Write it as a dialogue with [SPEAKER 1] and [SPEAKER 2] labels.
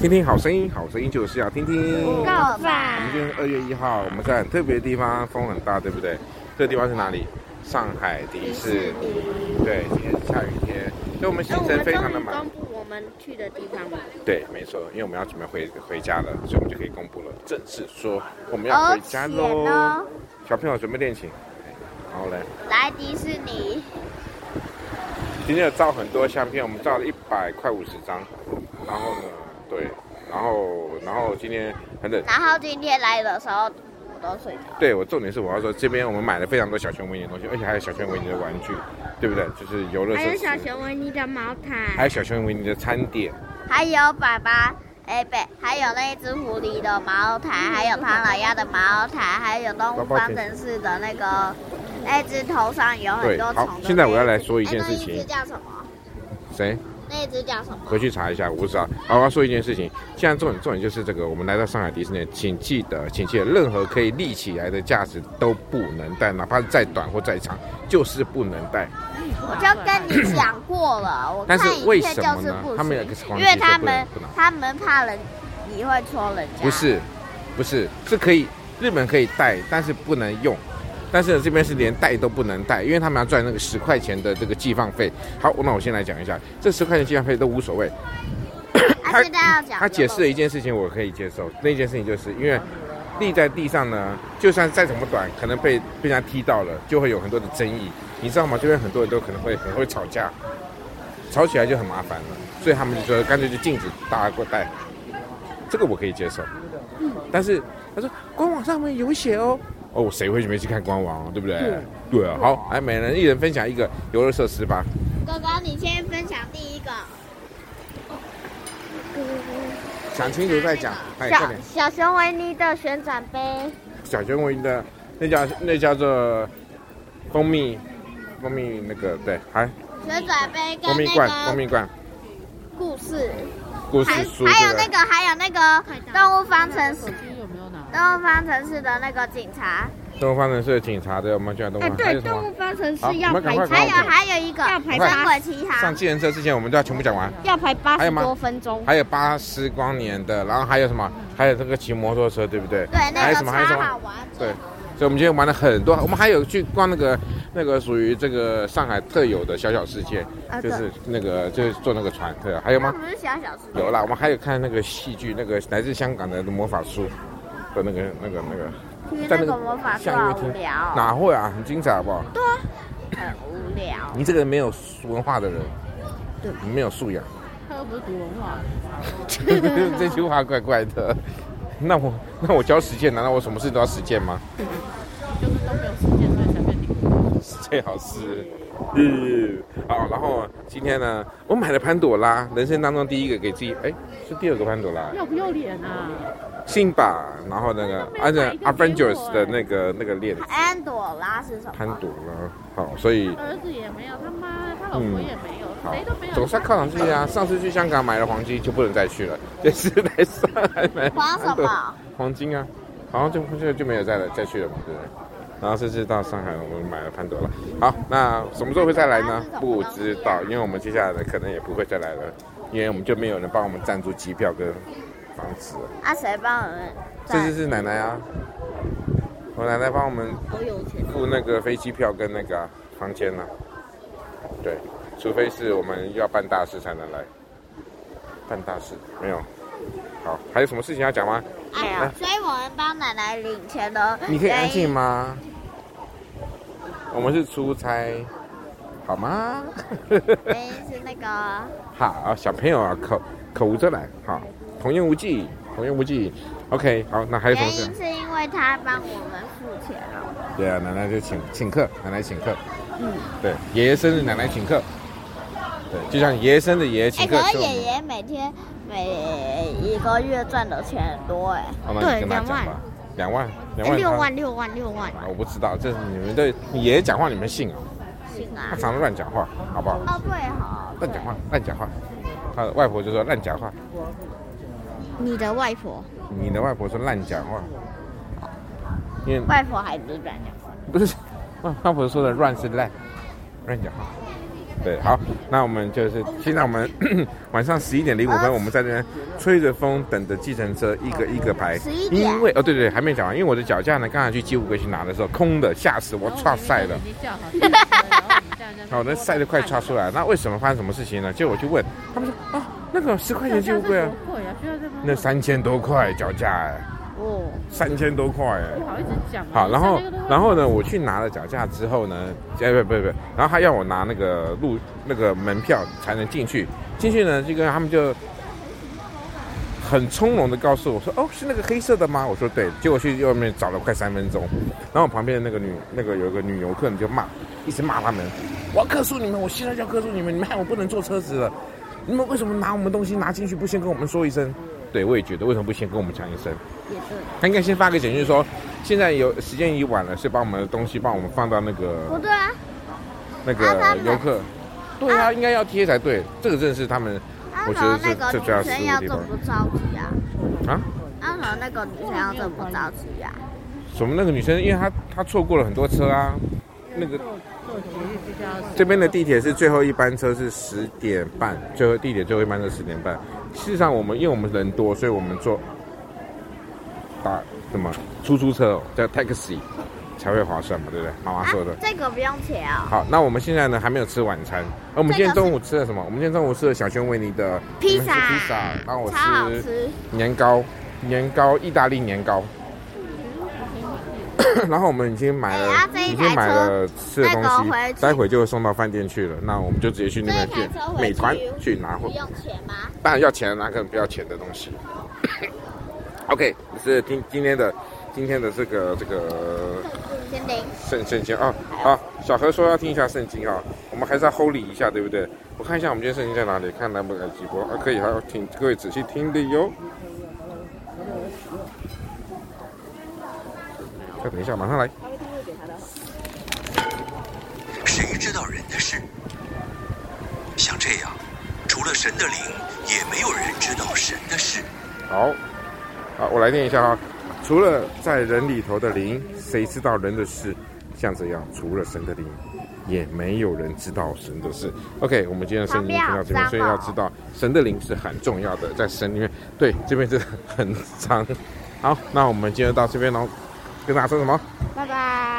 [SPEAKER 1] 听听好声音，好声音就是要听听。我
[SPEAKER 2] 告
[SPEAKER 1] 们
[SPEAKER 2] 法
[SPEAKER 1] 今天二月一号，我们在很特别的地方，风很大，对不对？这个地方是哪里？上海迪士尼。对，今天是下雨天，所以我们行
[SPEAKER 2] 哦那我
[SPEAKER 1] 程
[SPEAKER 2] 们
[SPEAKER 1] 非
[SPEAKER 2] 终
[SPEAKER 1] 常的
[SPEAKER 2] 于
[SPEAKER 1] 满
[SPEAKER 2] 公。布我们去的地方了。
[SPEAKER 1] 对，没错，因为我们要准备回回家了，所以我们就可以公布了，正式说我们要回家喽。
[SPEAKER 2] 哦
[SPEAKER 1] 小朋友准备练琴，然后嘞，
[SPEAKER 2] 来迪士尼，
[SPEAKER 1] 今天有照很多相片，我们照了一百快五十张。然后呢，对，然后然后今天很冷，
[SPEAKER 2] 然后今天来的时候我都睡着。
[SPEAKER 1] 对我重点是我要说，这边我们买了非常多小熊维尼的东西，而且还有小熊维尼的玩具，对不对？就是游乐
[SPEAKER 3] 哎
[SPEAKER 2] 还
[SPEAKER 1] 设
[SPEAKER 2] 有
[SPEAKER 1] 施，
[SPEAKER 2] 小熊维尼的毛
[SPEAKER 1] 还有
[SPEAKER 2] 毯，
[SPEAKER 1] 小熊维尼的餐点，
[SPEAKER 2] 还有爸爸。哎，不，还有那只狐狸的毛毯，还有唐老鸭的毛毯，还有动物方程式的那个那只头上有很
[SPEAKER 1] 对，
[SPEAKER 2] 多虫
[SPEAKER 1] 好
[SPEAKER 2] 的那一，只。
[SPEAKER 1] 现在我要来说一
[SPEAKER 2] 哎
[SPEAKER 1] 件事
[SPEAKER 2] 那一只
[SPEAKER 1] 情，
[SPEAKER 2] 叫什么？
[SPEAKER 1] 谁？
[SPEAKER 2] 那一只叫什么？
[SPEAKER 1] 回去查一下，我不知道。好，我要说一件事情，现在重点重点就是这个，我们来到上海迪士尼，请记得，请记得，任何可以立起来的架子都不能带，哪怕是再短或再长，就是不能带。
[SPEAKER 2] 我就跟你讲过了，我
[SPEAKER 1] 嗯但
[SPEAKER 2] 看
[SPEAKER 1] 是
[SPEAKER 2] 影
[SPEAKER 1] 为
[SPEAKER 2] 片
[SPEAKER 1] 什
[SPEAKER 2] 就
[SPEAKER 1] 么
[SPEAKER 2] 是
[SPEAKER 1] 呢
[SPEAKER 2] 不？
[SPEAKER 1] 他们有一
[SPEAKER 2] 行
[SPEAKER 1] 个黄
[SPEAKER 2] 因为
[SPEAKER 1] 金
[SPEAKER 2] 他
[SPEAKER 1] 说不能
[SPEAKER 2] 们
[SPEAKER 1] 不能
[SPEAKER 2] 他们怕人，你会戳人家。
[SPEAKER 1] 不，是，不是，是可以，日本可以带，但是不能用。但是呢，这边是连带都不能带，因为他们要赚那个十块钱的这个寄放费。好，那我先来讲一下，这十块钱寄放费都无所谓。
[SPEAKER 2] 他啊现在要讲
[SPEAKER 1] 他解释了一件事情，我可以接受。那件事情就是因为立在地上呢，就算再怎么短，可能被被人家踢到了，就会有很多的争议，你知道吗？这边很多人都可能会很会吵架，吵起来就很麻烦了，所以他们就说干脆就禁止大家过带，这个我可以接受。但是他说官网上面有写哦，哦，谁会没去看官网、啊，对不对？对啊，好，哎，每人一人分享一个游乐设施吧。
[SPEAKER 2] 哥哥，你先分享第一个。
[SPEAKER 1] 想清楚再讲，哎，快
[SPEAKER 2] 小
[SPEAKER 1] 点。
[SPEAKER 2] 小熊维尼的旋转杯，
[SPEAKER 1] 小熊维尼的那叫那叫做蜂蜜蜂蜜那个对，还
[SPEAKER 2] 旋转杯
[SPEAKER 1] 蜂
[SPEAKER 2] 跟
[SPEAKER 1] 蜜罐
[SPEAKER 2] 那
[SPEAKER 1] 蜂
[SPEAKER 2] 个
[SPEAKER 1] 蜜罐
[SPEAKER 2] 故事，
[SPEAKER 1] 故事
[SPEAKER 2] 还
[SPEAKER 1] 书
[SPEAKER 2] 还有
[SPEAKER 1] 对
[SPEAKER 2] 那
[SPEAKER 1] 不
[SPEAKER 2] 个还有那个动物方程式，
[SPEAKER 3] 机有没有拿？
[SPEAKER 2] 动物方程式的那个警察，
[SPEAKER 1] 对？东方人是警察对，我们叫东
[SPEAKER 3] 哎，
[SPEAKER 1] 方还
[SPEAKER 3] 对，
[SPEAKER 1] 有什
[SPEAKER 3] 动
[SPEAKER 1] 么
[SPEAKER 3] 物？方程
[SPEAKER 1] 好
[SPEAKER 3] 式要
[SPEAKER 1] 我们赶快
[SPEAKER 3] 排
[SPEAKER 1] 啊赶
[SPEAKER 3] 八
[SPEAKER 2] 还有
[SPEAKER 1] 快
[SPEAKER 2] 还有一个
[SPEAKER 3] 要排
[SPEAKER 2] 神鬼奇
[SPEAKER 1] 上
[SPEAKER 2] 航，
[SPEAKER 1] 计程车之前我们都要全部讲完，
[SPEAKER 3] 要排八
[SPEAKER 1] 还有
[SPEAKER 3] 十
[SPEAKER 1] 吗
[SPEAKER 3] 多分钟。
[SPEAKER 1] 还有巴斯光年的，然后还有什么？还有这个骑摩托车对不对？
[SPEAKER 2] 对
[SPEAKER 1] 还有
[SPEAKER 2] 那个
[SPEAKER 1] 什么？还有什
[SPEAKER 2] 超
[SPEAKER 1] 么
[SPEAKER 2] 好？玩。
[SPEAKER 1] 对，所以我们今天玩了很多，我们还有去逛那个那个属于这个上海特有的小小世界，
[SPEAKER 2] 啊
[SPEAKER 1] 就
[SPEAKER 2] 对
[SPEAKER 1] 是那个就是坐那个船，对，啊还有吗
[SPEAKER 2] 那？不是小小事。
[SPEAKER 1] 有啦，我们还有看那个戏剧，那个来自香港的魔法书的那个、那个、那个，
[SPEAKER 2] 其实那个魔法书好无聊哦、
[SPEAKER 1] 哪会啊？很精彩，好不好？
[SPEAKER 2] 很无聊。
[SPEAKER 1] 你这个没有文化的人，对，没有素养，
[SPEAKER 3] 他又不是读文化，
[SPEAKER 1] 这句话怪怪的。那我那我教实践，难道我什么事都要实践吗？
[SPEAKER 3] 就是都没有时间，所以才被你。
[SPEAKER 1] 最好是，嗯，好，然后今天呢，我买了潘朵拉，人生当中第一个给自己，哎，是第二个潘朵拉，
[SPEAKER 3] 要不要脸
[SPEAKER 1] 嗯
[SPEAKER 3] 啊？
[SPEAKER 1] 信吧，然后那个而且 Avengers 的那个那个链
[SPEAKER 2] 安朵拉是什
[SPEAKER 1] 潘
[SPEAKER 2] 么？
[SPEAKER 1] 朵拉，好，所以
[SPEAKER 3] 儿子也没有，他妈他老婆也没有，
[SPEAKER 1] 好
[SPEAKER 3] 谁都没，有。
[SPEAKER 1] 总是要犒赏自己啊！上次去香港买了黄金就不能再去了， 这次来上海买
[SPEAKER 2] 黄什么？
[SPEAKER 1] 黄金啊，好像就就就没有再了再去了嘛，对不对？然后这次到上海，我们买了潘朵拉。好，那什么时候会再来呢？不知道，因为我们接下来可能也不会再来了，因为我们就没有人帮我们赞助机票跟房子了。
[SPEAKER 2] 啊，谁帮我们
[SPEAKER 1] 这次
[SPEAKER 2] 在？
[SPEAKER 1] 是奶奶啊，我奶奶帮我们
[SPEAKER 2] 好有钱。
[SPEAKER 1] 付那个飞机票跟那个啊、房间呢、对，除非是我们要办大事才能来。办大事没有。好，还有什么事情要讲吗？
[SPEAKER 2] 哎呀，所以我们帮奶奶领钱的。
[SPEAKER 1] 你可以安静？吗？我们是出差，好吗？
[SPEAKER 2] 原因是那个
[SPEAKER 1] 好，小朋友啊，口口无遮拦，好，童言无忌，童言无忌。OK，好，那还有什么
[SPEAKER 2] 原
[SPEAKER 1] 事
[SPEAKER 2] 因？是因为他帮我们付钱了。
[SPEAKER 1] 对啊，奶奶就请请客，奶奶请客。嗯，对，爷爷生日，奶奶请客。对，就像爷爷生日，爷爷
[SPEAKER 2] 哎，
[SPEAKER 1] 请客
[SPEAKER 2] 可
[SPEAKER 1] 吃
[SPEAKER 2] 是
[SPEAKER 1] 我们。
[SPEAKER 2] 爷爷每天每一个月赚的钱很多哎。
[SPEAKER 1] 好吧，
[SPEAKER 3] 对
[SPEAKER 1] 你跟他
[SPEAKER 3] 两
[SPEAKER 1] 讲
[SPEAKER 3] 万
[SPEAKER 1] 吧，两万，两万，
[SPEAKER 3] 六万六万六万，
[SPEAKER 1] 啊，我不知道，这是你们对你爷爷讲话你们信啊、
[SPEAKER 2] 行
[SPEAKER 1] 他
[SPEAKER 2] 啊。
[SPEAKER 1] 常常乱讲话，好不好？
[SPEAKER 2] 哦，对哈。
[SPEAKER 1] 乱讲话，乱讲话。他的外婆就说乱讲话，
[SPEAKER 3] 你的外婆
[SPEAKER 1] 你的外婆说乱讲话，因为
[SPEAKER 2] 外婆还不是这样讲。
[SPEAKER 1] 不是外外婆说的乱是烂，乱讲话。对，好，那我们就是现在我们 晚上十一点零五分，我们在那边吹着风，等着计程车一个一个排。
[SPEAKER 2] 11点
[SPEAKER 1] 因为哦，对对，还没讲完，因为我的脚架呢，刚才去鸡五哥去拿的时候空的，吓死
[SPEAKER 3] 哦
[SPEAKER 1] 我，唰晒了。好，那晒
[SPEAKER 3] 哎
[SPEAKER 1] 得快刷出来。那为什么发生什么事情呢？就我去问，他们说啊，那个十块钱就贵啊，
[SPEAKER 3] 贵啊，需要这么
[SPEAKER 1] 那三千多块脚架、哎，
[SPEAKER 3] 哦，
[SPEAKER 1] 三千多块哎、
[SPEAKER 3] 不好一直讲啊。
[SPEAKER 1] 好，然后
[SPEAKER 3] 像那个都
[SPEAKER 1] 然后呢，我去拿了脚架之后呢，哎不不不，然后他要我拿那个路那个门票才能进去，进去呢就跟他们就很从容的告诉我说，哦，是那个黑色的吗？我说对，结果去外面找了快三分钟，然后我旁边的那个女那个有一个女游客，你就骂，一直骂他们，我要告诉你们，我现在就要告诉你们，你们害我不能坐车子了，你们为什么拿我们东西拿进去不先跟我们说一声？对，我也觉得为什么不先跟我们讲一声？
[SPEAKER 3] 也对，
[SPEAKER 1] 他应该先发个简讯说，现在有时间已晚了，所以把我们的东西帮我们放到那
[SPEAKER 2] 不
[SPEAKER 1] 个
[SPEAKER 2] 对啊，
[SPEAKER 1] 那
[SPEAKER 2] 啊他
[SPEAKER 1] 个
[SPEAKER 2] 们
[SPEAKER 1] 游客。对啊，应该要贴才对，这个真的是他们
[SPEAKER 2] 那
[SPEAKER 1] 我
[SPEAKER 2] 时
[SPEAKER 1] 觉得
[SPEAKER 2] 候啊那
[SPEAKER 1] 这这
[SPEAKER 2] 个女
[SPEAKER 1] 最要失误的
[SPEAKER 2] 生要
[SPEAKER 1] 地
[SPEAKER 2] 这
[SPEAKER 1] 方
[SPEAKER 2] 么着急啊？
[SPEAKER 1] 啊，
[SPEAKER 2] 那时候那个女生要这么着急啊？
[SPEAKER 1] 什么那个女生，因为她她错过了很多车啊。那个
[SPEAKER 3] 做做节日比较
[SPEAKER 1] 这边的地铁是最后一班车是十点半，最后地铁最后一班车十点半。事实上，我们因为我们人多，所以我们坐打什么出租车、哦、叫 taxi 才会划算嘛，对不对？妈妈
[SPEAKER 2] 啊
[SPEAKER 1] 说的。，
[SPEAKER 2] 这个不用钱哦。
[SPEAKER 1] 好，那我们现在呢还没有吃晚餐，呃而我们今天中午吃了什么？我们今天中午吃了小熊维尼的
[SPEAKER 2] 披萨
[SPEAKER 1] 我们吃披萨，然后我
[SPEAKER 2] 超好
[SPEAKER 1] 吃
[SPEAKER 2] 吃，
[SPEAKER 1] 年糕，年糕，意大利年糕。 然后我们已经买了
[SPEAKER 2] 哎啊，这一
[SPEAKER 1] 已
[SPEAKER 2] 台
[SPEAKER 1] 经买了吃的东
[SPEAKER 2] 那
[SPEAKER 1] 西
[SPEAKER 2] 个回，去
[SPEAKER 1] 待会就会送到饭店去了。那我们就直接去那边
[SPEAKER 2] 这一台车回去
[SPEAKER 1] 美团去拿
[SPEAKER 2] 不
[SPEAKER 1] 货，
[SPEAKER 2] 用钱吗？
[SPEAKER 1] 当然要钱的拿可能不要钱的东西。OK，这是今今天的今天的这个这个
[SPEAKER 2] 先停。
[SPEAKER 1] 圣圣经啊，好，小何说要听一下圣经啊，我们还是要 holy 一下，对不对？我看一下我们今天圣经在哪里，看来不来直播啊，可以，还要请各位仔细听的哟。再等一下，马上来。
[SPEAKER 4] 谁知道人的事？像这样，除了神的灵，也没有人知道神的事。
[SPEAKER 1] 好，好，我来念一下啊。除了在人里头的灵，谁知道人的事？像这样，除了神的灵，也没有人知道神的事。OK，我们今天的圣经就到这边，
[SPEAKER 2] 旁边好脏哦
[SPEAKER 1] 所以要知道神的灵是很重要的，在神里面，对，这边是很长。好，那我们今天到这边喽，跟大家说什么？
[SPEAKER 2] 拜拜。